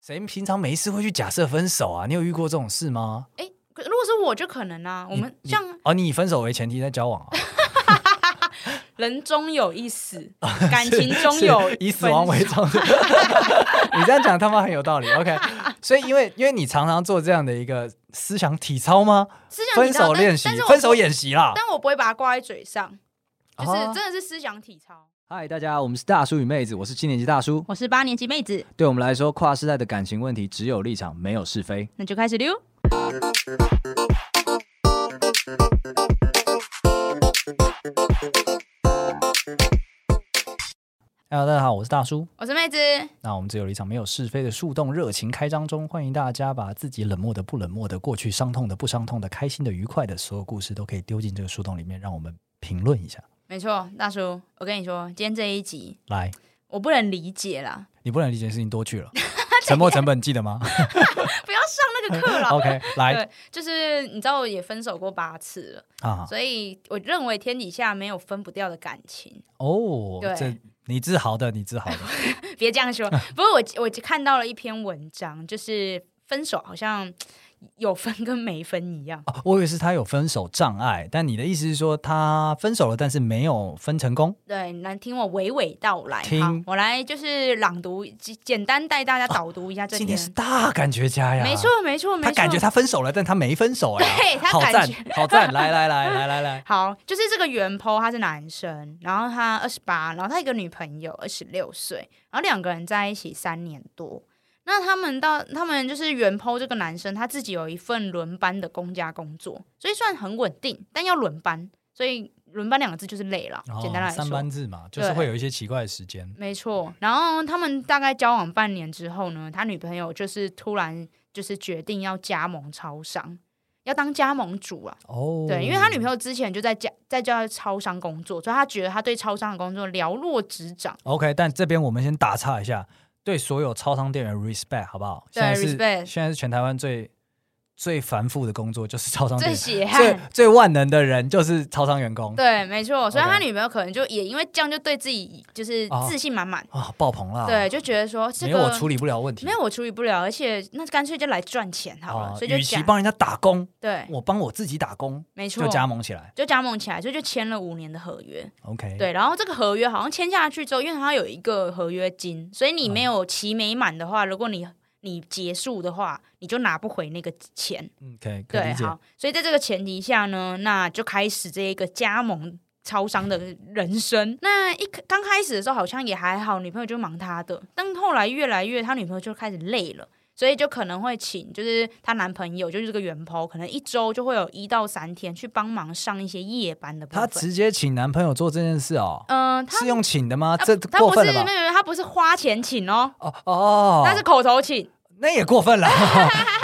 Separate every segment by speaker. Speaker 1: 谁平常没事会去假设分手啊？你有遇过这种事吗？
Speaker 2: 哎，可如果是我就可能啊，我们
Speaker 1: 你
Speaker 2: 像
Speaker 1: 哦，你以分手为前提在交往 啊，
Speaker 2: 人终有 一死，感情终有
Speaker 1: 啊是 以死亡为
Speaker 2: 分手
Speaker 1: 重。 你这样讲他妈很有道理。OK，所以因为因为你常常做这样的一个思想体操吗？
Speaker 2: 思想
Speaker 1: 分
Speaker 2: 体操
Speaker 1: 手
Speaker 2: 但
Speaker 1: 练习
Speaker 2: 但是，我
Speaker 1: 分手啊演习啦。
Speaker 2: 但我不会把它挂在嘴上，就是
Speaker 1: 啊
Speaker 2: 真的是思想体操。
Speaker 1: 嗨，大家，我们是大叔与妹子，我是七年级大叔。
Speaker 2: 我是八年级妹子，
Speaker 1: 对我们来说，跨世代的感情问题只有立场，没有是非。
Speaker 2: 那就开始溜。
Speaker 1: Hello，大家哎好，我是大叔。
Speaker 2: 我是妹子，
Speaker 1: 那我们只有立场，没有是非的树洞热情开张中，欢迎大家把自己冷漠的、不冷漠的、过去伤痛的、不伤痛的、开心的、愉快的所有故事都可以丢进这个树洞里面，让我们评论一下。
Speaker 2: 没错，大叔，我跟你说，今天这一集
Speaker 1: 来，
Speaker 2: 我不能理解啦，
Speaker 1: 你不能理解的事情多 去了，沉没成本记得吗
Speaker 2: 不要上那个课 了。
Speaker 1: ？OK，来
Speaker 2: 对，就是你知道我也分手过八次了，
Speaker 1: 啊，
Speaker 2: 所以我认为天底下没有分不掉的感情。
Speaker 1: 哦，
Speaker 2: 对
Speaker 1: 这你自豪的，你自豪的，
Speaker 2: 别这样说。 不过我我看到了一篇文章，就是分手好像有分跟没分一样。
Speaker 1: 哦我以为是他有分手障碍，但你的意思是说他分手了，但是没有分成功？
Speaker 2: 对，来听我娓娓道来。
Speaker 1: 听
Speaker 2: 好，我来就是朗读，简简单带大家导读一下这
Speaker 1: 今
Speaker 2: 篇。
Speaker 1: 天是大感觉家呀，
Speaker 2: 没错，没错，没
Speaker 1: 他
Speaker 2: 错。
Speaker 1: 感觉他分手了，但他没分手哎、
Speaker 2: 对他
Speaker 1: 好
Speaker 2: 感
Speaker 1: 赞
Speaker 2: 觉，
Speaker 1: 好赞！来来来来来来，
Speaker 2: 好，就是这个原 po 他是男生，然后他二十八，然后他一个女朋友二十六岁，然后两个人在一起三年多。那他们到他们就是原 po 这个男生，他自己有一份轮班的公家工作，所以算很稳定，但要轮班，所以轮班两个字就是累了。简单来
Speaker 1: 哦三
Speaker 2: 说
Speaker 1: 班，制嘛，就是
Speaker 2: 对
Speaker 1: 会有一些奇怪的时间。
Speaker 2: 没错。然后他们大概交往半年之后呢，他女朋友就是突然就是决定要加盟超商，要当加盟主啊。
Speaker 1: 哦，
Speaker 2: 对，因为他女朋友之前就在家在家超商工作，所以他觉得他对超商的工作了若指掌。
Speaker 1: OK，但这边我们先打岔一下，对所有超商店员 respect 好不好？现
Speaker 2: 对
Speaker 1: 在是
Speaker 2: respect
Speaker 1: 现在是全台湾最最繁复的工作就是超商店
Speaker 2: 最
Speaker 1: 员，
Speaker 2: 血
Speaker 1: 最
Speaker 2: 汗。
Speaker 1: 最万能的人就是超商员工。
Speaker 2: 对，没错，所
Speaker 1: 嗯
Speaker 2: 以
Speaker 1: OK
Speaker 2: 他女朋友可能就也因为这样，就对自己就是
Speaker 1: 哦
Speaker 2: 自信满满，
Speaker 1: 啊，爆棚啦！，
Speaker 2: 对，就觉得说这
Speaker 1: 没
Speaker 2: 个
Speaker 1: 有我处理不了问题。
Speaker 2: 没有我处理不了，而且那干脆就来赚钱好了，
Speaker 1: 啊，
Speaker 2: 所以就
Speaker 1: 与其
Speaker 2: 加
Speaker 1: 帮人家打工，
Speaker 2: 对，
Speaker 1: 我帮我自己打工，
Speaker 2: 没错
Speaker 1: 就，加盟起来。
Speaker 2: 就加盟起来，所以就签了五年的合约。
Speaker 1: OK，，
Speaker 2: 对，然后这个合约好像签下去之后，因为它有一个合约金，所以你
Speaker 1: 嗯
Speaker 2: 没有期没满的话，如果你你结束的话，你就拿不回那个钱。
Speaker 1: 嗯，可以可以
Speaker 2: 对
Speaker 1: 理，解。
Speaker 2: 好，所以在这个前提下呢，那就开始这一个加盟超商的人生。那一开刚开始的时候好像也还好，女朋友就忙她的，但后来越来越，他女朋友就开始累了。所以就可能会请，就是她男朋友，就是这个原抛，可能一周就会有一到三天去帮忙上一些夜班的部
Speaker 1: 她
Speaker 2: 分。
Speaker 1: 直接请男朋友做这件事哦，
Speaker 2: 嗯、呃，他
Speaker 1: 是用请的吗？
Speaker 2: 他
Speaker 1: 这
Speaker 2: 他
Speaker 1: 过
Speaker 2: 不
Speaker 1: 分
Speaker 2: 是，
Speaker 1: 了
Speaker 2: 没
Speaker 1: 吧？
Speaker 2: 有没有，哦他不是花钱请哦，
Speaker 1: 哦哦，
Speaker 2: 他是口头请。
Speaker 1: 那也过分 了。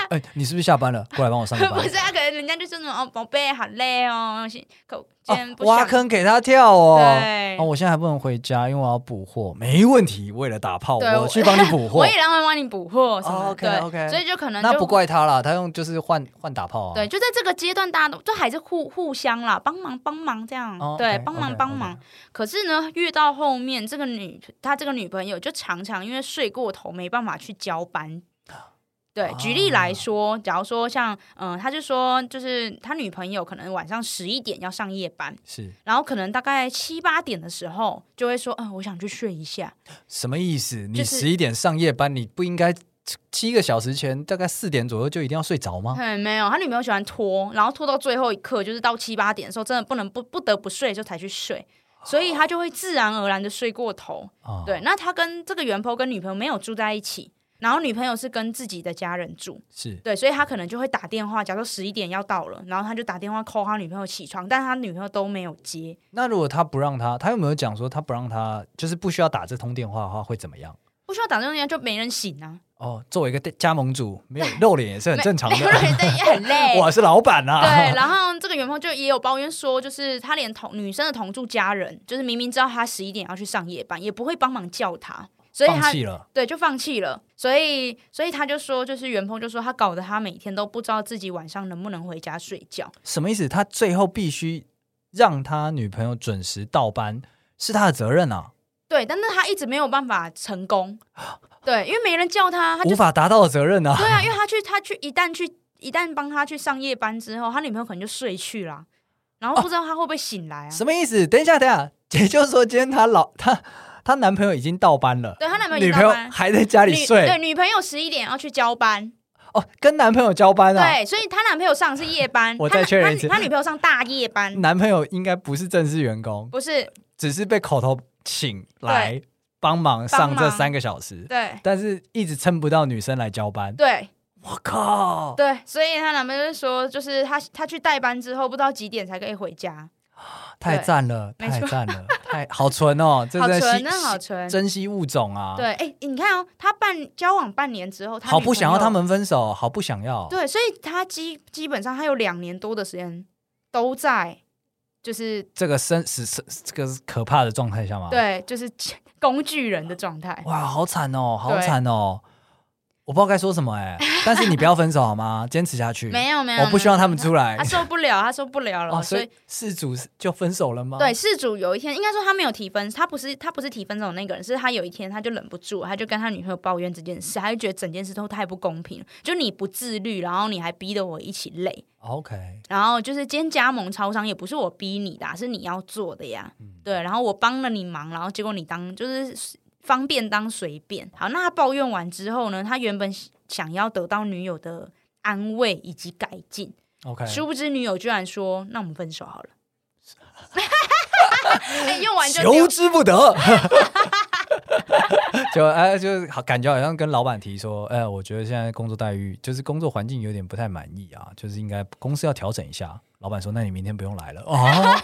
Speaker 1: 哎，你是不是下班了？过来帮我上个
Speaker 2: 不
Speaker 1: 班哦
Speaker 2: 是，。他可能人家就是那种哦，宝贝好累哦，先口今天
Speaker 1: 哦
Speaker 2: 不想、
Speaker 1: 挖坑给他跳哦。
Speaker 2: 对
Speaker 1: 哦，我现在还不能回家，因为我要补货。没问题，为了打炮，
Speaker 2: 对
Speaker 1: 我
Speaker 2: 我
Speaker 1: 去帮你补货
Speaker 2: 我。也让会帮你补货什么
Speaker 1: 哦
Speaker 2: 的，对
Speaker 1: ，OK，OK
Speaker 2: 所以就可能就
Speaker 1: 那不怪他啦，他用就是换换打炮啊。
Speaker 2: 对，就在这个阶段，大家都就还是互互相啦，帮忙帮忙这样，
Speaker 1: 哦
Speaker 2: 对，
Speaker 1: OK，
Speaker 2: 帮忙
Speaker 1: OK，
Speaker 2: 帮忙。可是呢，越到后面，这个女她这个女朋友就常常因为睡过头，没办法去 交
Speaker 1: 啊
Speaker 2: 班。对，举例来说，假如说像，嗯、他就说，就是他女朋友可能晚上十一点要上夜班，
Speaker 1: 是
Speaker 2: 然后可能大概七八点的时候就会说，嗯、我想去睡一下，
Speaker 1: 什么意思？你
Speaker 2: 就是
Speaker 1: 十一点上夜班，你不应该七个小时前，大概四点左右就一定要睡着吗？
Speaker 2: 嗯，没有，他女朋友喜欢拖，然后拖到最后一刻，就是到七八点的时候，真的不能不不得不睡，就才去睡，所以他就会自然而然的睡过头。
Speaker 1: 啊，
Speaker 2: 对，那他跟这个原婆跟女朋友没有住在一起，然后女朋友是跟自己的家人住，
Speaker 1: 是
Speaker 2: 对，所以他可能就会打电话，假如十一点要到了，然后他就打电话 call 他女朋友起床，但他女朋友都没有接。
Speaker 1: 那如果他不让他，他有没有讲说他不让他，就是不需要打这通电话的话会怎么样？
Speaker 2: 不需要打这种电话就没人醒啊，
Speaker 1: 哦，作为一个加盟主，没有露脸也是很正常
Speaker 2: 没有人
Speaker 1: 的。
Speaker 2: 也 很 累。
Speaker 1: 我是老板啊，
Speaker 2: 对，然后这个元鹏就也有抱怨说，就是他连同女生的同住家人，就是明明知道他十一点要去上夜班，也不会帮忙叫他，所 以
Speaker 1: 放
Speaker 2: 他
Speaker 1: 弃了。
Speaker 2: 对就放弃了。所以，所以他就说，就是元鹏就说他搞得他每天都不知道自己晚上能不能回家睡觉。
Speaker 1: 什么意思？他最后必须让他女朋友准时到班，是他的责任啊。
Speaker 2: 对，但是他一直没有办法 成功，对，因为没人叫他，他就
Speaker 1: 无法达到的责任啊。
Speaker 2: 对啊，因为他去他去一旦去一旦帮他去上夜班之后，他女朋友可能就睡去了，然后不知道他会不会 醒来啊？
Speaker 1: 什么意思？等一下，等一下， 也就是说，今天她老她她男朋友已经到班了，
Speaker 2: 对，他男朋友
Speaker 1: 女
Speaker 2: 已
Speaker 1: 朋
Speaker 2: 经
Speaker 1: 友
Speaker 2: 到班，
Speaker 1: 还在家里
Speaker 2: 女对
Speaker 1: 啊睡
Speaker 2: 女朋友十一点要去交班，
Speaker 1: 哦，跟男朋友交班啊。
Speaker 2: 对，所以她男朋友上的是夜班，
Speaker 1: 我再确认一次
Speaker 2: 她她女朋友上大夜班，
Speaker 1: 男朋友应该不是正式员工，
Speaker 2: 不是
Speaker 1: 只是被口头请来帮忙上
Speaker 2: 帮
Speaker 1: 这
Speaker 2: 忙
Speaker 1: 三个小时，
Speaker 2: 对
Speaker 1: 但是一直撑不到女生来交班。
Speaker 2: 对
Speaker 1: 我靠！
Speaker 2: 对，所以她男朋友就说，就是她她去代班之后，不知道几点才可以回家，
Speaker 1: 太赞了，
Speaker 2: 没
Speaker 1: 太
Speaker 2: 错
Speaker 1: 赞了，太好纯 哦，这
Speaker 2: 好
Speaker 1: 真的
Speaker 2: 纯，
Speaker 1: 惜
Speaker 2: 真的好纯。
Speaker 1: 珍惜物种啊！
Speaker 2: 对，哎、你看哦，她半交往半年之后，她
Speaker 1: 好
Speaker 2: 女
Speaker 1: 不
Speaker 2: 朋
Speaker 1: 想要
Speaker 2: 友
Speaker 1: 他们分手，好不想要。
Speaker 2: 对，所以她基基本上她有两年多的时间都在，就是
Speaker 1: 这个生死死这个是可怕的状态下吗？，
Speaker 2: 对，就是 工具人的状态。
Speaker 1: 哇，好惨哦，好
Speaker 2: 对
Speaker 1: 惨哦！我不知道该说什么 哎、但是你不要分手好吗？坚持下去，
Speaker 2: 没有没有，
Speaker 1: 我哦不希望他们出来
Speaker 2: 他受不了，他受不了了，
Speaker 1: 哦。
Speaker 2: 所
Speaker 1: 所
Speaker 2: 以
Speaker 1: 以事主就分手了吗？
Speaker 2: 对，，事主有一天应该说他没有提分，他不是他不是提分手的那个人，是他有一天他就忍不住，他就跟他女朋友抱怨这件事，他就觉得整件事都太不公平了，就你不自律，然后你还逼得我一起累，
Speaker 1: OK，
Speaker 2: 然后就是今天加盟超商也不是我逼你的、啊，是你要做的呀，对，然后我帮了你忙，然后结果你当就是方便当随便。好，那他抱怨完之后呢，他原本想要得到女友的安慰以及改进，
Speaker 1: OK，
Speaker 2: 殊不知女友居然说：“那我们分手好了。”哎用完就
Speaker 1: 求
Speaker 2: 丢，
Speaker 1: 之不得。 就哎、就是好感觉好像跟老板提说，哎、我觉得现在工作待遇就是工作环境有点不太满意啊，就是应该公司要调整一下。老板说，那你明天不用来了 啊，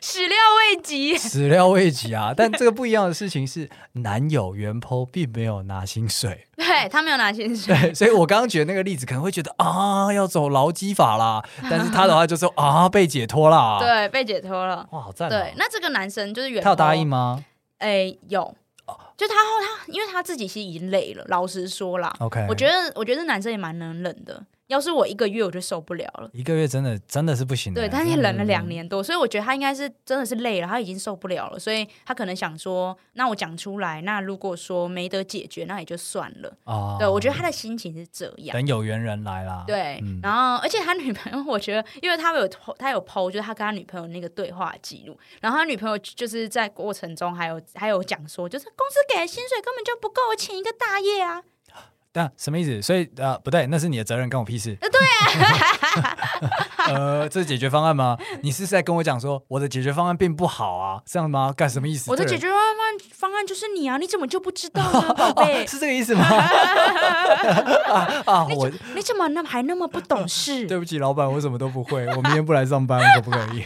Speaker 2: 始料未及。
Speaker 1: 始料未及啊。但这个不一样的事情是，男友原 PO 并没有拿薪水，
Speaker 2: 对他没有拿薪水，
Speaker 1: 对，所以我刚刚举的那个例子可能会觉得啊，要走劳基法啦，但是他的话就说啊，被解脱啦。，
Speaker 2: 对，被解脱了。
Speaker 1: 哇，好赞、啊。
Speaker 2: 对，，那这个男生就是原
Speaker 1: 他有答应
Speaker 2: 吗？
Speaker 1: 吗哦
Speaker 2: 哎，有。就他后他，因为他自己其实已经累了，老实说啦，
Speaker 1: ？OK，
Speaker 2: 我觉得我觉得这男生也蛮能忍的。要是我一个月我就受不了了，
Speaker 1: 一个月真的真的是不行的、
Speaker 2: 对，但是
Speaker 1: 真的
Speaker 2: 忍了两年多，所以我觉得他应该是真的是累了，他已经受不了了，所以他可能想说，那我讲出来，那如果说没得解决，那也就算了。
Speaker 1: 啊
Speaker 2: 对，我觉得他的心情是这样。
Speaker 1: 等有缘人来啦。
Speaker 2: 对，
Speaker 1: 嗯
Speaker 2: 然后而且他女朋友，我觉得，因为他有 po- 他有 PO，就是他跟他女朋友那个对话记录，然后他女朋友就是在过程中还有还有讲说，就是公司给的薪水根本就不够我请一个大夜啊，
Speaker 1: 但什么意思？所以呃，不对，那是你的责任，关我屁事。
Speaker 2: 呃
Speaker 1: 对啊。 呃，这是解决方案吗？你是在跟我讲说我的解决方案并不好啊，这样吗？干什么意思？
Speaker 2: 我的
Speaker 1: 这
Speaker 2: 解
Speaker 1: 个
Speaker 2: 决方案方案就是你啊，你怎么就不知道呢，宝贝？
Speaker 1: 是这个意思吗？啊啊！我
Speaker 2: 你怎么那么还那么不懂 事？
Speaker 1: 对不起，老板，我什么都不会，我明天不来上班，可不可 以？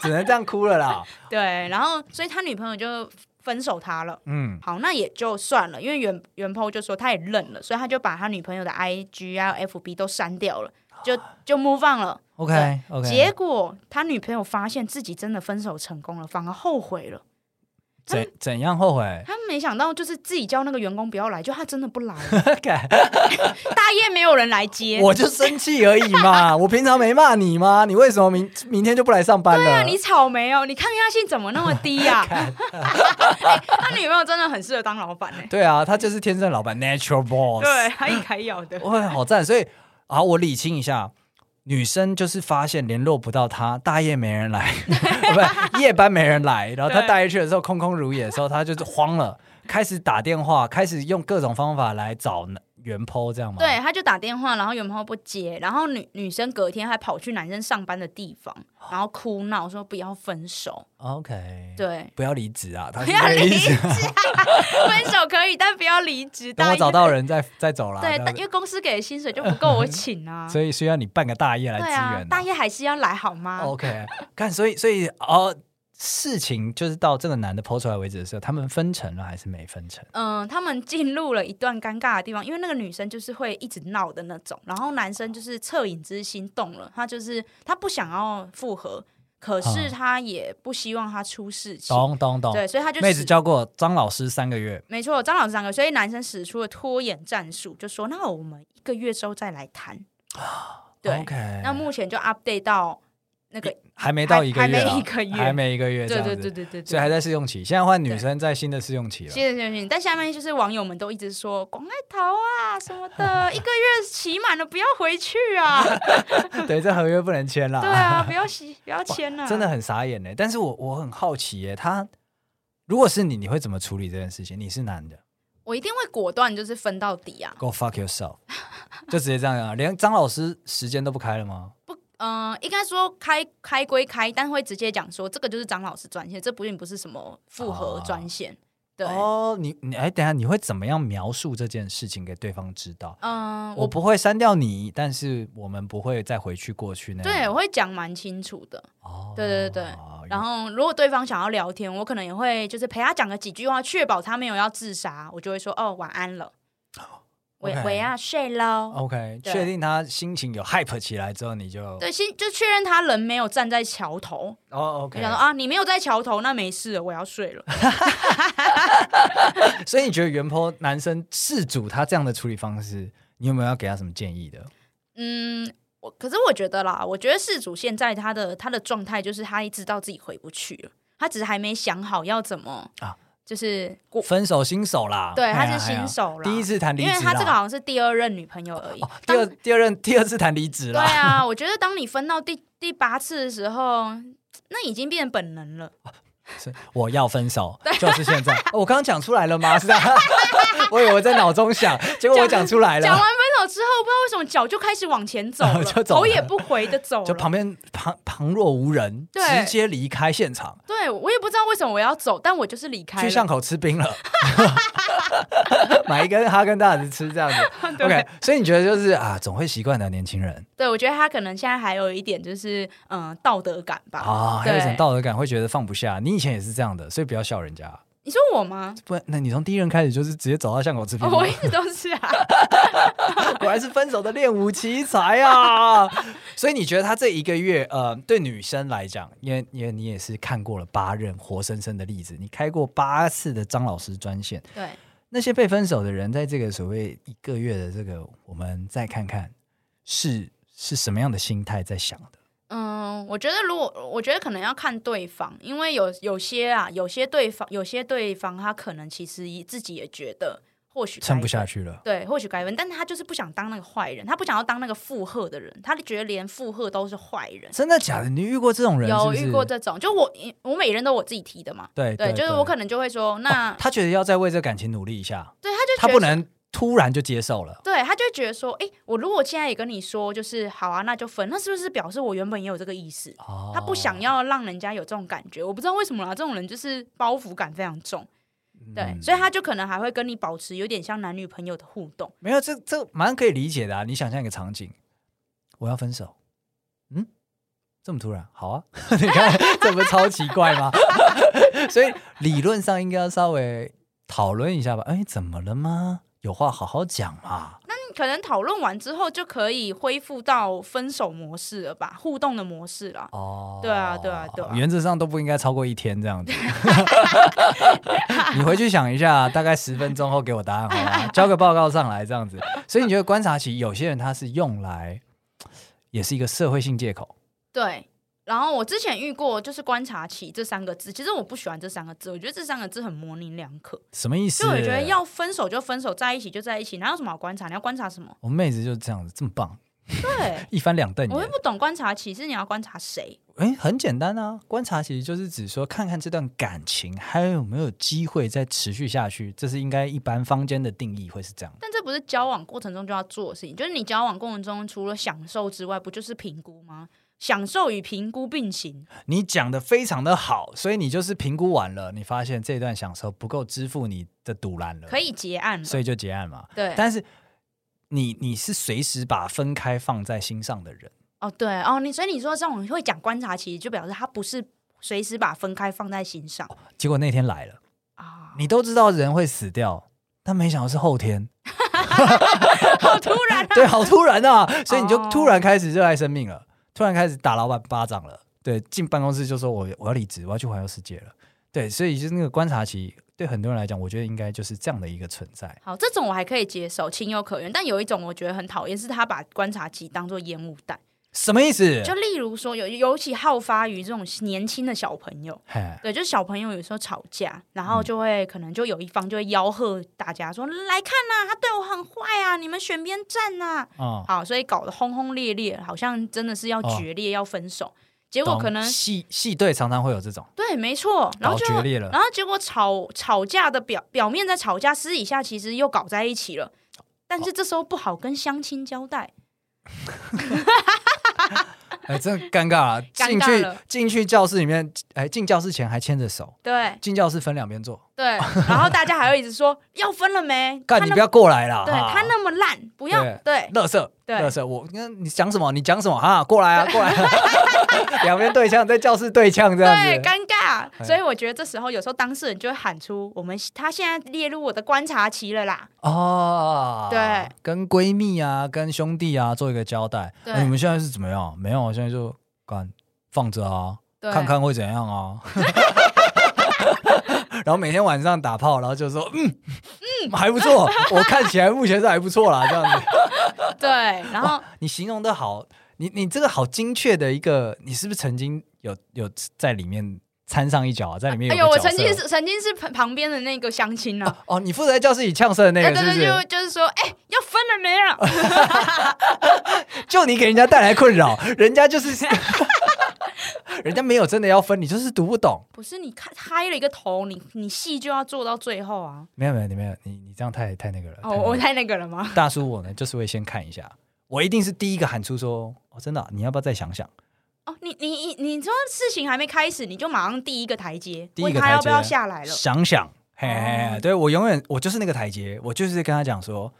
Speaker 1: 只能这样哭了啦。
Speaker 2: 对然后所以他女朋友就分手他了。
Speaker 1: 嗯，
Speaker 2: 好，那也就算了，因为原原 PO 就说他也认了，所以他就把他女朋友的 IG 啊、FB 都删掉了，就就 move on 了。
Speaker 1: OK 啊 OK。
Speaker 2: 结果他女朋友发现自己真的分手成功了，反而后悔了。
Speaker 1: 怎怎样后 悔
Speaker 2: 他没想到就是自己叫那个员工不要来，就他真的不来，
Speaker 1: 干
Speaker 2: 大夜没有人来接。
Speaker 1: 我就生气而已 嘛，我平常没骂你吗？你为什么明明天就不来上班了？
Speaker 2: 对啊，你草莓哦，你抗压性怎么那么低 呀、 哎，他女朋友真的很适合当老板哎、
Speaker 1: 对啊，他就是天生老板，natural boss。
Speaker 2: 对，他一开咬的，
Speaker 1: 哇，好赞！所以啊，我理清一下，女生就是发现联络不到他，大夜没人 来，不是夜班没人来，然后他
Speaker 2: 对
Speaker 1: 大夜去的时候空空如也的时候，他就是慌了，开始打电话，开始用各种方法来找原 PO 这样吗？
Speaker 2: 对，他就打电话，然后有朋友不接，然后女女生隔天还跑去男生上班的地方，然后哭闹说不要分手，
Speaker 1: 哦，OK，，
Speaker 2: 对，
Speaker 1: 不要离职啊，他
Speaker 2: 不
Speaker 1: 是
Speaker 2: 要
Speaker 1: 这个
Speaker 2: 离
Speaker 1: 意
Speaker 2: 职
Speaker 1: 思。
Speaker 2: 啊，分手可以，但不要离职。
Speaker 1: 等我
Speaker 2: 大
Speaker 1: 找
Speaker 2: 夜
Speaker 1: 到人再再走啦。
Speaker 2: 对，
Speaker 1: 这样
Speaker 2: 但因为公司给的薪水就不够我请 啊，
Speaker 1: 所以需要你办个大夜来支
Speaker 2: 对啊，
Speaker 1: 援、
Speaker 2: 大啊夜还是要来好吗？
Speaker 1: OK，看， 所以所以哦，事情就是到这个男的抛出来为止的时候，他们分成了还是没分成？
Speaker 2: 嗯，他们进入了一段尴尬的地方，因为那个女生就是会一直闹的那种，然后男生就是恻隐之心动了，他就是他不想要复合，可
Speaker 1: 啊
Speaker 2: 是他也不希望他出事情，
Speaker 1: 懂懂懂。
Speaker 2: 对，所以他就
Speaker 1: 哦妹子
Speaker 2: 使
Speaker 1: 教过张老师三个月，
Speaker 2: 没错，张老师三个，所以男生使出了拖延战术，就说那我们一个月之后再来谈，对
Speaker 1: 啊 OK，
Speaker 2: 那目前就 update 到那个
Speaker 1: 还没到一个月啦，啊
Speaker 2: 还没一个月
Speaker 1: 还没一个月这
Speaker 2: 对
Speaker 1: 样
Speaker 2: 对
Speaker 1: 子，
Speaker 2: 对对对
Speaker 1: 所以
Speaker 2: 对。
Speaker 1: 还在试用期。现在换女生在新的试用期了，
Speaker 2: 谢谢谢谢，但下面就是网友们都一直说广爱桃啊什么的，一个月期满了不要回去 啊，
Speaker 1: 对，这合约不能签啦。
Speaker 2: 对啊，不要洗不要签 了、
Speaker 1: 真的很傻眼呢。欸但是我我很好奇耶，他如果是你，你会怎么处理这件事情？你是男的
Speaker 2: 我一定会果断就是分到底啊。
Speaker 1: ，Go fuck yourself，就直 接这样啊？连张老师时间都不开了吗？
Speaker 2: 嗯、应该说开开归开，但会直接讲说这个就是张老师专线，这不并不是什么复合专线。对，嗯、
Speaker 1: 啊哦，你你哎，等一下你会怎么样描述这件事情给对方知道？我
Speaker 2: 嗯我
Speaker 1: 不会删掉你，但是我们不会再回去过去那
Speaker 2: 对
Speaker 1: 样。
Speaker 2: 我会讲蛮清楚的。
Speaker 1: 哦
Speaker 2: 对对对对然后如果对方想要聊天，我可能也会就是陪他讲个几句话，确保他没有要自杀，我就会说哦晚安了，我
Speaker 1: 哦 OK 哦
Speaker 2: 我要睡喽。
Speaker 1: OK，
Speaker 2: 对
Speaker 1: 确定他心情有 hype 起来之后，你就哦
Speaker 2: 对，先就确认他人没有站在桥头，就
Speaker 1: OK，
Speaker 2: 想说啊，你没有在桥头，那没事了，我要睡 了。啊
Speaker 1: 所以你觉得原坡男生事主他这样的处理方式，你有没有要给他什么建议的？
Speaker 2: 嗯，我可是我觉得啦，我觉得事主现在他的他的状态就是他知道自己回不去了，他只是还没想好要怎么
Speaker 1: 啊
Speaker 2: 就是过，
Speaker 1: 分手新手啦，
Speaker 2: 对，他
Speaker 1: 哎呀
Speaker 2: 是新，手
Speaker 1: 哎呀
Speaker 2: 啦，
Speaker 1: 第一次谈离
Speaker 2: 因
Speaker 1: 职啦，
Speaker 2: 为他这个好像是第二任女朋友而已。
Speaker 1: 哦第二
Speaker 2: 当
Speaker 1: 第二任第二次谈离职
Speaker 2: 对
Speaker 1: 啦，
Speaker 2: 啊， 我觉得当你分到第第八次的时候，那已经变本能了。
Speaker 1: 是我要分手，就是现在。哦我刚刚讲出来了吗？是这样， 我以为我在脑中想，结果我讲出来
Speaker 2: 讲完
Speaker 1: 了。
Speaker 2: 分手之后，不知道为什么脚就开始往前走 了，
Speaker 1: 就走了
Speaker 2: 头也不回的走
Speaker 1: 就
Speaker 2: 了。
Speaker 1: 旁边旁旁若无人，
Speaker 2: 对
Speaker 1: 直接离开现场，
Speaker 2: 对我也不知道为什么我要走，但我就是离开
Speaker 1: 去
Speaker 2: 了。
Speaker 1: 巷口吃冰了， 买一根哈根达斯吃这样子。
Speaker 2: 对
Speaker 1: OK，所以你觉得就是啊，总会习惯的年轻人
Speaker 2: 对，我觉得他可能现在还有一点就是嗯、呃道德感吧。
Speaker 1: 啊，还有一种
Speaker 2: 对
Speaker 1: 道德感，会觉得放不下。你以前也是这样的，所以不要笑人家。
Speaker 2: 你说 我吗？
Speaker 1: 不然，那你从第一任开始就是直接走到巷口吃冰
Speaker 2: 哦
Speaker 1: 吗，
Speaker 2: 我一直都是啊，
Speaker 1: 果然是分手的练武奇才 啊！所以你觉得他这一个月，呃，对女生来讲，因为因为你也是看过了八任活生生的例子，你开过八次的张老师专线，
Speaker 2: 对，
Speaker 1: 那些被分手的人，在这个所谓一个月的这个，我们再看看是是什么样的心态在想的。
Speaker 2: 嗯，我觉得如果我觉得可能要看对方，因为有有些啊，有些对方有些对方他可能其实也自己也觉得或许
Speaker 1: 撑不
Speaker 2: 该
Speaker 1: 下
Speaker 2: 分，
Speaker 1: 去了，
Speaker 2: 对，或许该分，但他就是不想当那个坏人，他不想要当那个附和的人，他觉得连附和都是坏人。
Speaker 1: 真的假的？你遇过这种人是
Speaker 2: 有
Speaker 1: 不是？哎
Speaker 2: 遇过这种，就我我每人都我自己提的嘛，
Speaker 1: 对
Speaker 2: 对，就是我可能就会说，那、
Speaker 1: 他觉得要再为这感情努力一下，
Speaker 2: 对他就觉
Speaker 1: 他
Speaker 2: 得
Speaker 1: 不
Speaker 2: 说
Speaker 1: 能突然就接受了。
Speaker 2: 对，他就会觉得说，诶，我如果现在也跟你说，就是好啊，那就分，那是不是表示我原本也有这个意思？
Speaker 1: 哦
Speaker 2: 他不想要让人家有这种感觉，我不知道为什么啦，这种人就是包袱感非常重，对，
Speaker 1: 嗯
Speaker 2: 所以他就可能还会跟你保持有点像男女朋友的互动。
Speaker 1: 没有，这这蛮可以理解的啊！你想象一个场景，我要分手，嗯，这么突然，好啊， 你看这不是超奇怪吗？ 所以理论上应该要稍微讨论一下吧。哎，怎么了吗？有话好好讲嘛。
Speaker 2: 嗯可能讨论完之后就可以恢复到分手模式了吧，互动的模式啦。
Speaker 1: 哦，
Speaker 2: 对啊对啊对啊
Speaker 1: 原则上都不应该超过一天这样 子。 你回去想一下，啊大概十分钟后给我答案好吗？交个报告上来这样子。所以你觉得观察期，有些人他是用来，也是一个社会性借口。
Speaker 2: 对，然后我之前遇过就是观察期这三个字，其实我不喜欢这三个字，我觉得这三个字很模棱两可。
Speaker 1: 什么意思？
Speaker 2: 就我觉得要分手就分手，在一起就在一起，哪有什么好观察？你要观察
Speaker 1: ？
Speaker 2: 什么
Speaker 1: 我妹子就是这样子，这么棒，
Speaker 2: 对，
Speaker 1: 一翻两瞪
Speaker 2: 我又
Speaker 1: 眼。
Speaker 2: 不懂观察期是你要观察谁？
Speaker 1: 哎，很简单啊，观察其实就是指说，看看这段感情还有没有机会再持续下去，这是应该一般坊间的定义会是这样。
Speaker 2: 但这不是交往过程中就要做的事情，就是你交往过程中除了享受之外，不就是评估吗？享受与评估并行，
Speaker 1: 你讲的非常的好，所以你就是评估完了，你发现这段享受不够支付你的赌烂了，
Speaker 2: 可，以结案了。
Speaker 1: 所以就结案嘛。
Speaker 2: 对，
Speaker 1: 但是你你是随时把分开放在心上的人，
Speaker 2: 哦，对，哦，你所以你说这种会讲观察期，就表示他不是随时把分开放在心上
Speaker 1: 结果那天来了。
Speaker 2: 啊，
Speaker 1: 你都知道人会死掉，但没想到是后 天，好
Speaker 2: 突 然、哦
Speaker 1: 对，好突然啊！所以你就突然开始热爱生命了，突然开始打老板巴掌了，对，进办公室就说我我要离职，我要去环游世界了，对，所以就是那个观察期，对很多人来讲，我觉得应该就是这样的一个存在。
Speaker 2: 好，这种我还可以接受，情有可原。但有一种我觉得很讨厌，是他把观察期当做烟雾弹，
Speaker 1: 什么意思？
Speaker 2: 就例如说，有尤其好发于这种年轻的小朋友，
Speaker 1: 嘿，
Speaker 2: 对，就是小朋友有时候吵架，然
Speaker 1: 嗯
Speaker 2: 后就会、可能就有一方就会吆喝大家说：“来看呐、他对我很坏啊，你们选边站呐、
Speaker 1: 嗯，
Speaker 2: 好，所以搞得轰轰烈烈，好像真的是要
Speaker 1: 哦
Speaker 2: 决裂、要分手。结果
Speaker 1: 懂
Speaker 2: 可能
Speaker 1: 戏戏队常常会有这 种
Speaker 2: 对，没错，
Speaker 1: 搞
Speaker 2: 然后就
Speaker 1: 决裂了
Speaker 2: 然后结果吵吵架的表表面在吵架，私底下其实又搞在一起了，但是这时候不好跟相亲 交代，
Speaker 1: 哎、真尴尬啊！
Speaker 2: 尬
Speaker 1: 进去
Speaker 2: 了
Speaker 1: 进去教室里面，哎、进教室前还牵着手，
Speaker 2: 对
Speaker 1: 进教室分两边坐，
Speaker 2: 对，然后大家还会一 直说要分了没？
Speaker 1: 干
Speaker 2: 他
Speaker 1: 你
Speaker 2: 那
Speaker 1: 不要过来啦！
Speaker 2: 对
Speaker 1: 哈
Speaker 2: 他那么烂，不要
Speaker 1: 对
Speaker 2: 对
Speaker 1: 乐色，
Speaker 2: 对
Speaker 1: 乐色，我那你讲什么？你讲什么啊？过来 啊，过 来、啊！两边对呛，在教室对呛这
Speaker 2: 对
Speaker 1: 样子，
Speaker 2: 尴尬，
Speaker 1: 哎
Speaker 2: 所以我觉得这时候有时候当事人就会喊出我们他现在列入我的观察期了啦，
Speaker 1: 哦，
Speaker 2: 对，
Speaker 1: 跟闺蜜啊，跟兄弟啊做一个交代。
Speaker 2: 对
Speaker 1: 哎你们现在是怎么样？没有，现在就干放着啊，
Speaker 2: 对，
Speaker 1: 看看会怎样啊。 然后每天晚上打炮，然后就说嗯嗯还不错，我看起来目前是还不错啦，这样子。
Speaker 2: 对，然后
Speaker 1: 你形容的好，你你这个好精确的一个，你是不是曾经有有在里面掺上一脚啊？在里面有
Speaker 2: 哎
Speaker 1: 个
Speaker 2: 呦，我
Speaker 1: 角色
Speaker 2: 曾经是曾经是旁旁边的那个相亲啊。
Speaker 1: 哦，你负责在教室里呛声的那
Speaker 2: 哎
Speaker 1: 个是不
Speaker 2: 对对，
Speaker 1: 是？
Speaker 2: 就就是说，哎、要分了没啊？
Speaker 1: 就你给人家带来困扰，人家就是， 人家没有真的要分，你就是读不懂。
Speaker 2: 不是你开开了一个头，你你戏就要做到最后啊！
Speaker 1: 没有没有，你没有，你你这样太太那个了。啊
Speaker 2: 哦，
Speaker 1: 太那
Speaker 2: 我
Speaker 1: 个了
Speaker 2: 太那个了吗？
Speaker 1: 大叔我呢，就是会先看一下，我一定是第一个喊出说，哦，真的啊、你要不要再想想？
Speaker 2: 哦，你你你你说事情还没开始，你就马上第一个台阶，
Speaker 1: 第一
Speaker 2: 问
Speaker 1: 个
Speaker 2: 他
Speaker 1: 台
Speaker 2: 要不要
Speaker 1: 阶啊
Speaker 2: 下来了？
Speaker 1: 想想，嘿嘿嘿，
Speaker 2: 哦
Speaker 1: 对我永远我就是那个台阶，我就是跟他讲说，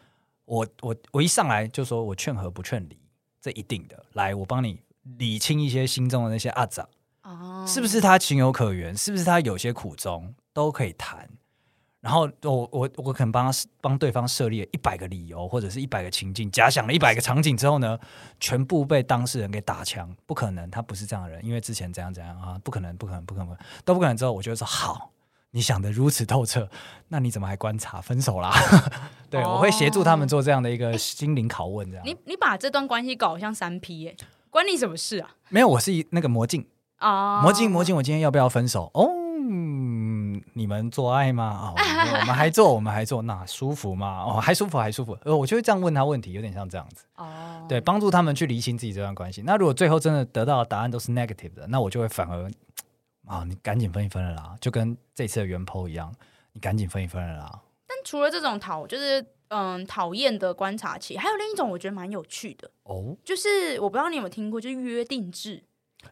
Speaker 1: 我我我一上来就说我劝和不劝离，这一定的，来我帮你理清一些心中的那些阿杂，
Speaker 2: 哦，
Speaker 1: 是不？是他情有可原，是不是他有些苦衷，都可以谈。然后我我我可能帮他帮对方设立了一百个理由，或者是一百个情境，假想了一百个场景之后呢，全部被当事人给打枪，不可能，他不是这样的人，因为之前怎样怎样啊，不可能，不可能，不可能，都不可能。之后我就会说好，你想的如此透彻，那你怎么还观察分手啦？ 对，我会协助他们做这样的一个心灵拷问，这样
Speaker 2: 你你把这段关系搞得像三 P 耶、关你什么事啊？
Speaker 1: 没有，我是一那个魔镜。
Speaker 2: 啊、
Speaker 1: 魔镜魔镜，我今天要不要分手？哦，嗯你们做爱吗？哦，我们还做，我们还做，那舒服吗？哦，还舒服，还舒服。呃，我就会这样问他问题，有点像这样子，
Speaker 2: 哦，
Speaker 1: 对，帮助他们去厘清自己这段关系。那如果最后真的得到的答案都是 negative 的，那我就会反而啊，你赶紧分一分了啦，就跟这次的原 po 一样，你赶紧分一分了啦。
Speaker 2: 但除了这种讨，就是嗯讨厌的观察期，还有另一种我觉得蛮有趣的，
Speaker 1: 哦，
Speaker 2: 就是我不知道你有没有听过，就是约定制。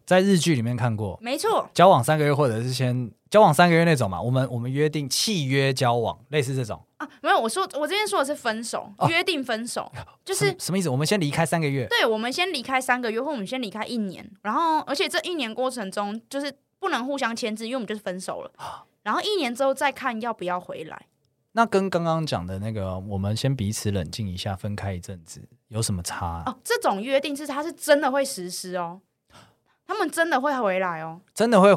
Speaker 1: 在日剧里面看过，
Speaker 2: 没错，
Speaker 1: 交往三个月或者是先交往三个月那种嘛，我们我们约定契约交往，类似这种，
Speaker 2: 啊，没有，我说我这边说的是分手，
Speaker 1: 哦
Speaker 2: 约定分手，就是
Speaker 1: 什什么意思？我们先离开三个月。
Speaker 2: 对我们先离开三个月，或我们先离开一年，然后而且这一年过程中就是不能互相牵制，因为我们就是分手了。
Speaker 1: 啊
Speaker 2: 然后一年之后再看要不要回来，
Speaker 1: 那跟刚刚讲的那个，我们先彼此冷静一下，分开一阵子，有什么差啊、
Speaker 2: 哦，这种约定是他是真的会实施哦，他们真的会回来哦，
Speaker 1: 真的会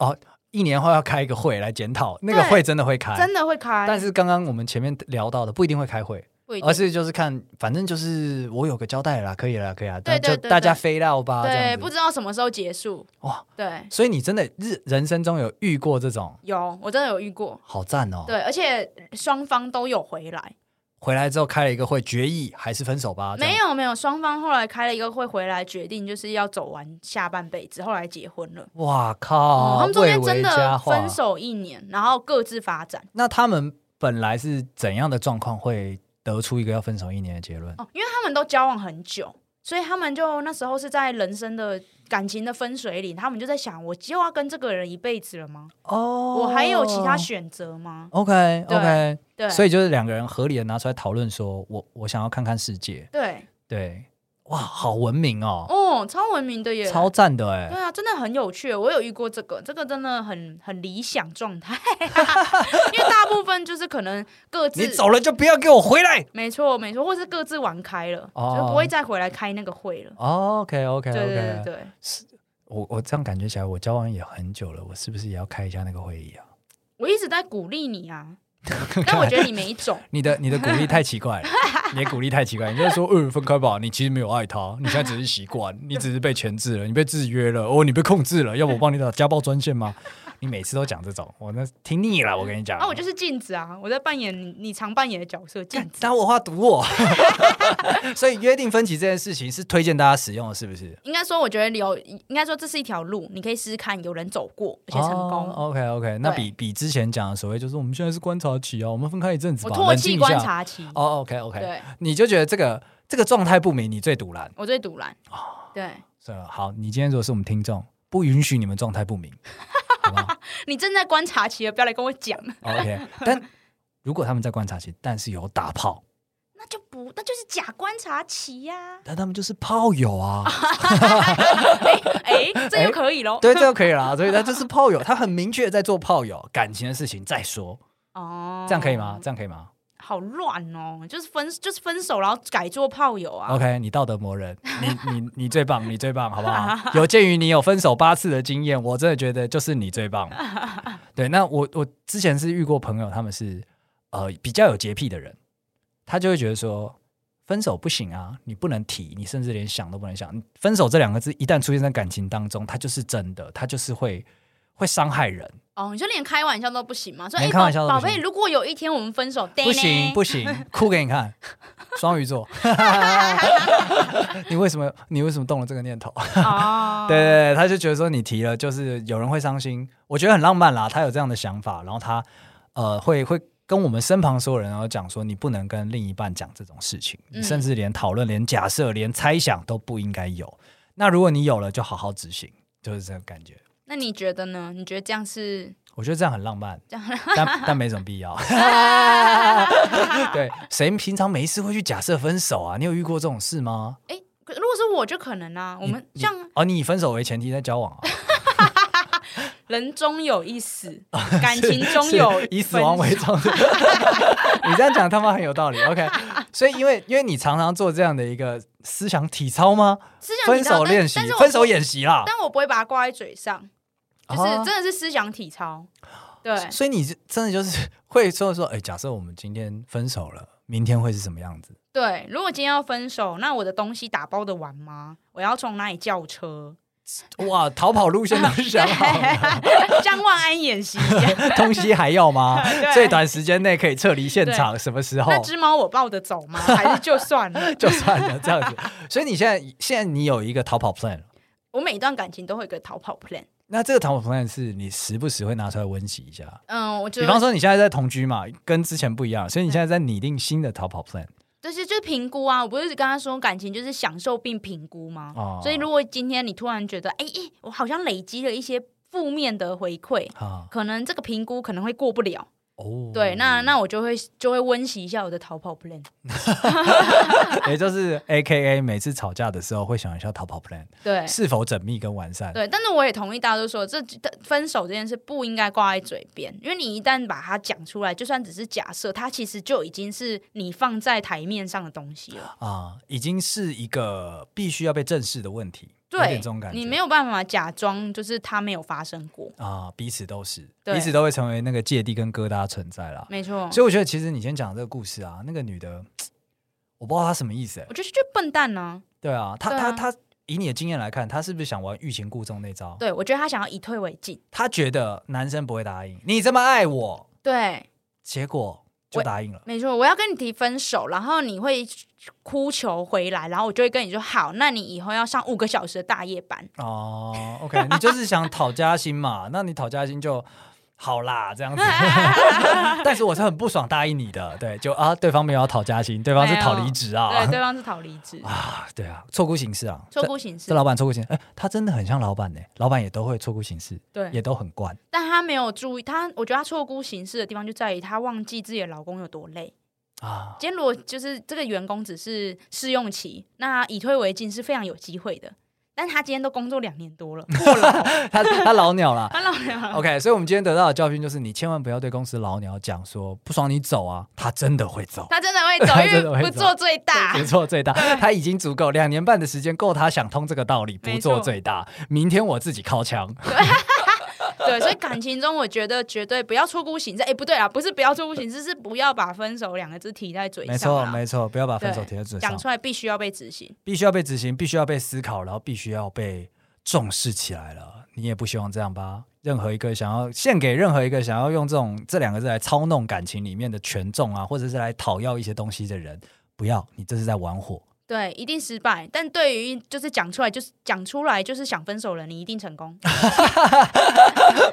Speaker 1: 哦，一年后要开一个会来检讨，那个
Speaker 2: 对
Speaker 1: 会真的会开，
Speaker 2: 真的会开，
Speaker 1: 哎但是刚刚我们前面聊到的不一定会开会，
Speaker 2: 不一定
Speaker 1: 而是就是看，反正就是我有个交代啦，可以啦，可以啦，
Speaker 2: 对对
Speaker 1: 那就
Speaker 2: 对
Speaker 1: 大家
Speaker 2: 对
Speaker 1: 飞到吧，这
Speaker 2: 对，
Speaker 1: 样
Speaker 2: 不
Speaker 1: 子。
Speaker 2: 知道什么时候结束
Speaker 1: 哇。
Speaker 2: 对，
Speaker 1: 所以你真的日人生中有遇过这种，
Speaker 2: 有我真的有遇过，
Speaker 1: 好赞哦！
Speaker 2: 对，而且双方都有回来，
Speaker 1: 回来之后开了一个会，决议还是分手吧？这样
Speaker 2: 没有没有，双方后来开了一个会回来，决定就是要走完下半辈子，后来结婚了。
Speaker 1: 哇
Speaker 2: 哦
Speaker 1: 靠，，
Speaker 2: 他们中间
Speaker 1: 蔚为
Speaker 2: 真
Speaker 1: 佳
Speaker 2: 的
Speaker 1: 话
Speaker 2: 分手一年，然后各自发展
Speaker 1: 那他们本来是怎样的状况会得出一个要分手一年的结论？
Speaker 2: 哦，因为他们都交往很久，所以他们就那时候是在人生的感情的分水岭，他们就在想，我就要跟这个人一辈子了吗？
Speaker 1: 哦
Speaker 2: 我还有其他选择吗？
Speaker 1: OK OK，
Speaker 2: 对，
Speaker 1: 所
Speaker 2: 以
Speaker 1: 以就是两个人合理的拿出来讨论，说我我想要看看世界，
Speaker 2: 对，
Speaker 1: 对，哇，好文明哦，
Speaker 2: 哦，超文明的耶，
Speaker 1: 超赞的
Speaker 2: 对
Speaker 1: 哎，
Speaker 2: 啊，真的很有趣。我有遇过这个，这个真的很很理想状 态，因为大部分就是可能各自
Speaker 1: 你走了就不要给我回来。
Speaker 2: 没错没错，或是各自玩开了，
Speaker 1: 哦
Speaker 2: 就不会再回来开那个会了。
Speaker 1: OK OK
Speaker 2: 对对对
Speaker 1: OK，
Speaker 2: 对。
Speaker 1: 哦我我这样感觉起来，我交往也很久了，我是不是也要开一下那个会议啊？
Speaker 2: 我一直在鼓励你啊，但我觉得你没种。
Speaker 1: 你的你的鼓励太奇怪了，你也鼓励太奇怪，你就说，嗯，分开吧，你其实没有爱他，你现在只是习 惯，你只是被钳制了，你被制约了，哦，你被控制了，要不我帮你打家暴专线吗？你每次都讲这种，我那听腻了，我跟你讲。
Speaker 2: 啊，我就是镜子啊，我在扮演你你常扮演的角色镜子。
Speaker 1: 拿我话堵 我， 所以约定分歧这件事情是推荐大家使用的，是不是？
Speaker 2: 应该说，我觉得有，应该说这是一条路，你可以试试看，有人走过而且成功。
Speaker 1: o k OK，那哦比比之前讲的所谓就是我们现在是观察期哦，我们分开一阵子
Speaker 2: 我
Speaker 1: 吧，
Speaker 2: 唾
Speaker 1: 冷静
Speaker 2: 弃
Speaker 1: 一
Speaker 2: 观
Speaker 1: 下。
Speaker 2: 察期，
Speaker 1: 哦，OK OK，
Speaker 2: 对
Speaker 1: 你就觉得这个这个状态不明，你最堵然。
Speaker 2: 我最堵拦。
Speaker 1: 哦
Speaker 2: 对
Speaker 1: 是了，好，你今天如果是我们听众，不允许你们状态不明，好不好
Speaker 2: 你正在观察期了，不 要来跟我讲，
Speaker 1: ？OK，但如果他们在观察期，但是有打炮，
Speaker 2: 那就不，那就是假观察期呀、
Speaker 1: 但他们就是炮友啊。
Speaker 2: 哎、这又可以喽。
Speaker 1: 对，这个可以啦，所以他就是炮友，他很明确地在做炮友感情的事情再说，
Speaker 2: 哦，
Speaker 1: 这样可以吗？？这样可以吗
Speaker 2: 好乱哦，就是分就是分手，然后改做炮友啊。
Speaker 1: ？OK，你道德魔人，你你你最棒，你最棒，好不好？有鉴于你有分手八次的经验，我真的觉得就是你最棒。对，那我我之前是遇过朋友，他们是呃比较有洁癖的人，他就会觉得说。分手不行啊，你不能提，你甚至连想都不能想。分手这两个字一旦出现在感情当中，它就是真的，它就是会会伤害人。
Speaker 2: 哦，你就连开玩笑都不行吗？说
Speaker 1: 连
Speaker 2: 哎
Speaker 1: 开玩笑
Speaker 2: 宝
Speaker 1: 都
Speaker 2: 宝
Speaker 1: 不行
Speaker 2: 贝，如果有一天我们分手，
Speaker 1: 不行不行，哭给你看。双鱼座， 你为什么你为什么动了这个念头？，
Speaker 2: 哦
Speaker 1: 对对对，他就觉得说你提了，就是有人会伤心。我觉得很浪漫啦，他有这样的想法，然后他呃会会跟我们身旁所有人然后讲说，你不能跟另一半讲这种事情，你
Speaker 2: 嗯
Speaker 1: 甚至连讨论、连假设、连猜想都不应该有。那如果你有了，就好好执行，就是这个感觉。
Speaker 2: 那你觉得呢？你觉得这样是
Speaker 1: 我觉得这样很浪漫，但但没什么必 要。对，谁平常没事会去假设分手啊？你有遇过这种事吗？
Speaker 2: 哎、可如果是我就可能啊，我们
Speaker 1: 你
Speaker 2: 像
Speaker 1: 哦，你以分手为前提在交往啊，
Speaker 2: 人终有一死，感情终
Speaker 1: 是
Speaker 2: 有
Speaker 1: 以死
Speaker 2: 分
Speaker 1: 亡为 重。
Speaker 2: 手
Speaker 1: 你这样讲他妈很有道理。OK，所以因为因为你常常做这样的一个思想体操吗？
Speaker 2: 思想
Speaker 1: 分
Speaker 2: 体操
Speaker 1: 手
Speaker 2: 但
Speaker 1: 练习
Speaker 2: 但是，我
Speaker 1: 分手演习啦。
Speaker 2: 但我不会把它挂在嘴上，就是
Speaker 1: 啊
Speaker 2: 真的是思想体操。对，
Speaker 1: 所以你是真的就是会说说，哎，假设我们今天分手了，明天会是什么样子？
Speaker 2: 对，如果今天要分手，那我的东西打包的完吗？我要从哪里叫 车？
Speaker 1: 哇，逃跑路线都想好了。
Speaker 2: 像万安演习一样，
Speaker 1: 东西还要吗
Speaker 2: 对？
Speaker 1: 最短时间内可以撤离现场，什么时候
Speaker 2: 那只猫我抱得走吗？还是就算了？
Speaker 1: 就算了这样子。所以你现在现在你有一个逃跑 plan，了
Speaker 2: 我每一段感情都会有一个逃跑 plan。
Speaker 1: 那这个逃跑 plan 是你时不时会拿出来温习一下。
Speaker 2: 嗯，我觉
Speaker 1: 比方
Speaker 2: 得
Speaker 1: 说你现在在同居嘛，跟之前不一样，所以你现在在拟定新的逃跑 plan
Speaker 2: 就是就是评估啊，我不是跟他说感情就是享受并评估吗？
Speaker 1: 哦
Speaker 2: 所以如果今天你突然觉得，哎、哎、我好像累积了一些负面的回馈，
Speaker 1: 啊。
Speaker 2: 可能这个评估可能会过不了。
Speaker 1: 哦，
Speaker 2: 对，那 那我就会就会温习一下我的逃跑 plan。
Speaker 1: 也就是 A K A 每次吵架的时候会想一下逃跑 plan
Speaker 2: 对
Speaker 1: 是否缜密跟完善。
Speaker 2: 对，但是我也同意大家都说，这这分手这件事不应该挂在嘴边，因为你一旦把它讲出来，就算只是假设，它其实就已经是你放在台面上的东西了。
Speaker 1: 啊，已经是一个必须要被正视的问题，有
Speaker 2: 对
Speaker 1: 点这种感，觉。
Speaker 2: 你没有办法假装就是它没有发生过。
Speaker 1: 啊，彼此都是，
Speaker 2: 对嗯
Speaker 1: 彼此都会成为那个芥蒂跟疙瘩存在啦。
Speaker 2: 没错，
Speaker 1: 所以我觉得，其实你先讲这个故事啊，那个女的，我不知道她什么意思、欸。
Speaker 2: 我就是就笨蛋呢、
Speaker 1: 对啊，她
Speaker 2: 对啊
Speaker 1: 她她，以你的经验来看，她是不是想玩欲擒故纵那招？
Speaker 2: 对，我觉得他想要以退为进。
Speaker 1: 她觉得男生不会答应，你这么爱我，
Speaker 2: 对，
Speaker 1: 结果就答应了。
Speaker 2: 没错，我要跟你提分手，然后你会哭求回来，然后我就会跟你说好，那你以后要上五个小时的大夜班。
Speaker 1: 哦，OK，你就是想讨加薪嘛？那你讨加薪就好啦，这 样子。 但是我是很不爽答应你的，对，就啊，对方没有要讨加薪，对方是
Speaker 2: 没有
Speaker 1: 讨离职啊。
Speaker 2: 对，对方是逃离职，
Speaker 1: 啊， 对啊，错估形式啊，
Speaker 2: 错估形式
Speaker 1: 这。老板错估形式，哎、他真的很像老板呢、老板也都会错估形式，
Speaker 2: 对，
Speaker 1: 也都很惯。
Speaker 2: 但她没有注意，她我觉得她错估形式的地方就在于她忘记自己的老公有多累。
Speaker 1: 啊，
Speaker 2: 今天如果就是这个员工只是试用期，那以退为进是非常有机会的。但她今天都工作两年 多了，过劳，
Speaker 1: 他他老鸟了。
Speaker 2: 她老了。
Speaker 1: OK，所以我们今天得到的教训就是，你千万不要对公司老鸟讲说不爽你走啊，他真的会 走，
Speaker 2: 她真的会
Speaker 1: 她
Speaker 2: 走，
Speaker 1: 真
Speaker 2: 因
Speaker 1: 的
Speaker 2: 为
Speaker 1: 会
Speaker 2: 不
Speaker 1: 走
Speaker 2: 做最大
Speaker 1: 不。做最大，他已经足够两年半的时间够他想通这个道理，不
Speaker 2: 没
Speaker 1: 做
Speaker 2: 错
Speaker 1: 最大，明天我自己靠墙。
Speaker 2: 对，所以感情中我觉得绝对不要出孤行这哎、不对啊，不是不要出孤行这是不要把分手两个字提在嘴
Speaker 1: 没
Speaker 2: 上
Speaker 1: 错
Speaker 2: 啦。
Speaker 1: 没错，不要把分
Speaker 2: 对
Speaker 1: 手贴在嘴上
Speaker 2: 讲，出来必须要被执行。
Speaker 1: 必须要被执行，必须要被思考，然后必须要被重视起来了。你也不希望这样吧？任何一个想要献给任何一个想要用这种这两个字来操弄感情里面的权重啊，或者是来讨要一些东西的人，不要，你这是在玩火。
Speaker 2: 对，一定失败。但对于就是讲出来，就是讲出来，就是想分手了，你一定 成功。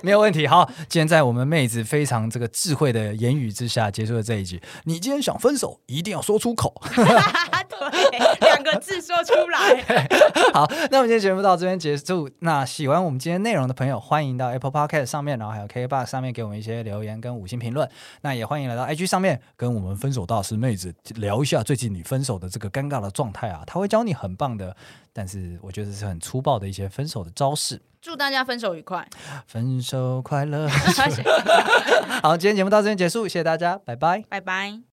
Speaker 1: 没有问题。好，今天在我们妹子非常这个智慧的言语之下，结束了这一集。你今天想分手，一定要说出口。
Speaker 2: 对，两个字说出来。
Speaker 1: 好，那我们今天节目到这边结束。那喜欢我们今天内容的朋友，欢迎到 Apple Podcast 上面，然后还有 KBox 上面给我们一些留言跟五星评论。那也欢迎来到 IG 上面跟我们分手大师妹子聊一下最近你分手的这个尴尬的状态啊，她会教你很棒的，但是我觉得是很粗暴的一些分手的招式。
Speaker 2: 祝大家分手愉 快。
Speaker 1: 分 手快乐。好，今天节目到这边结束，谢谢大家，拜拜。
Speaker 2: 拜拜。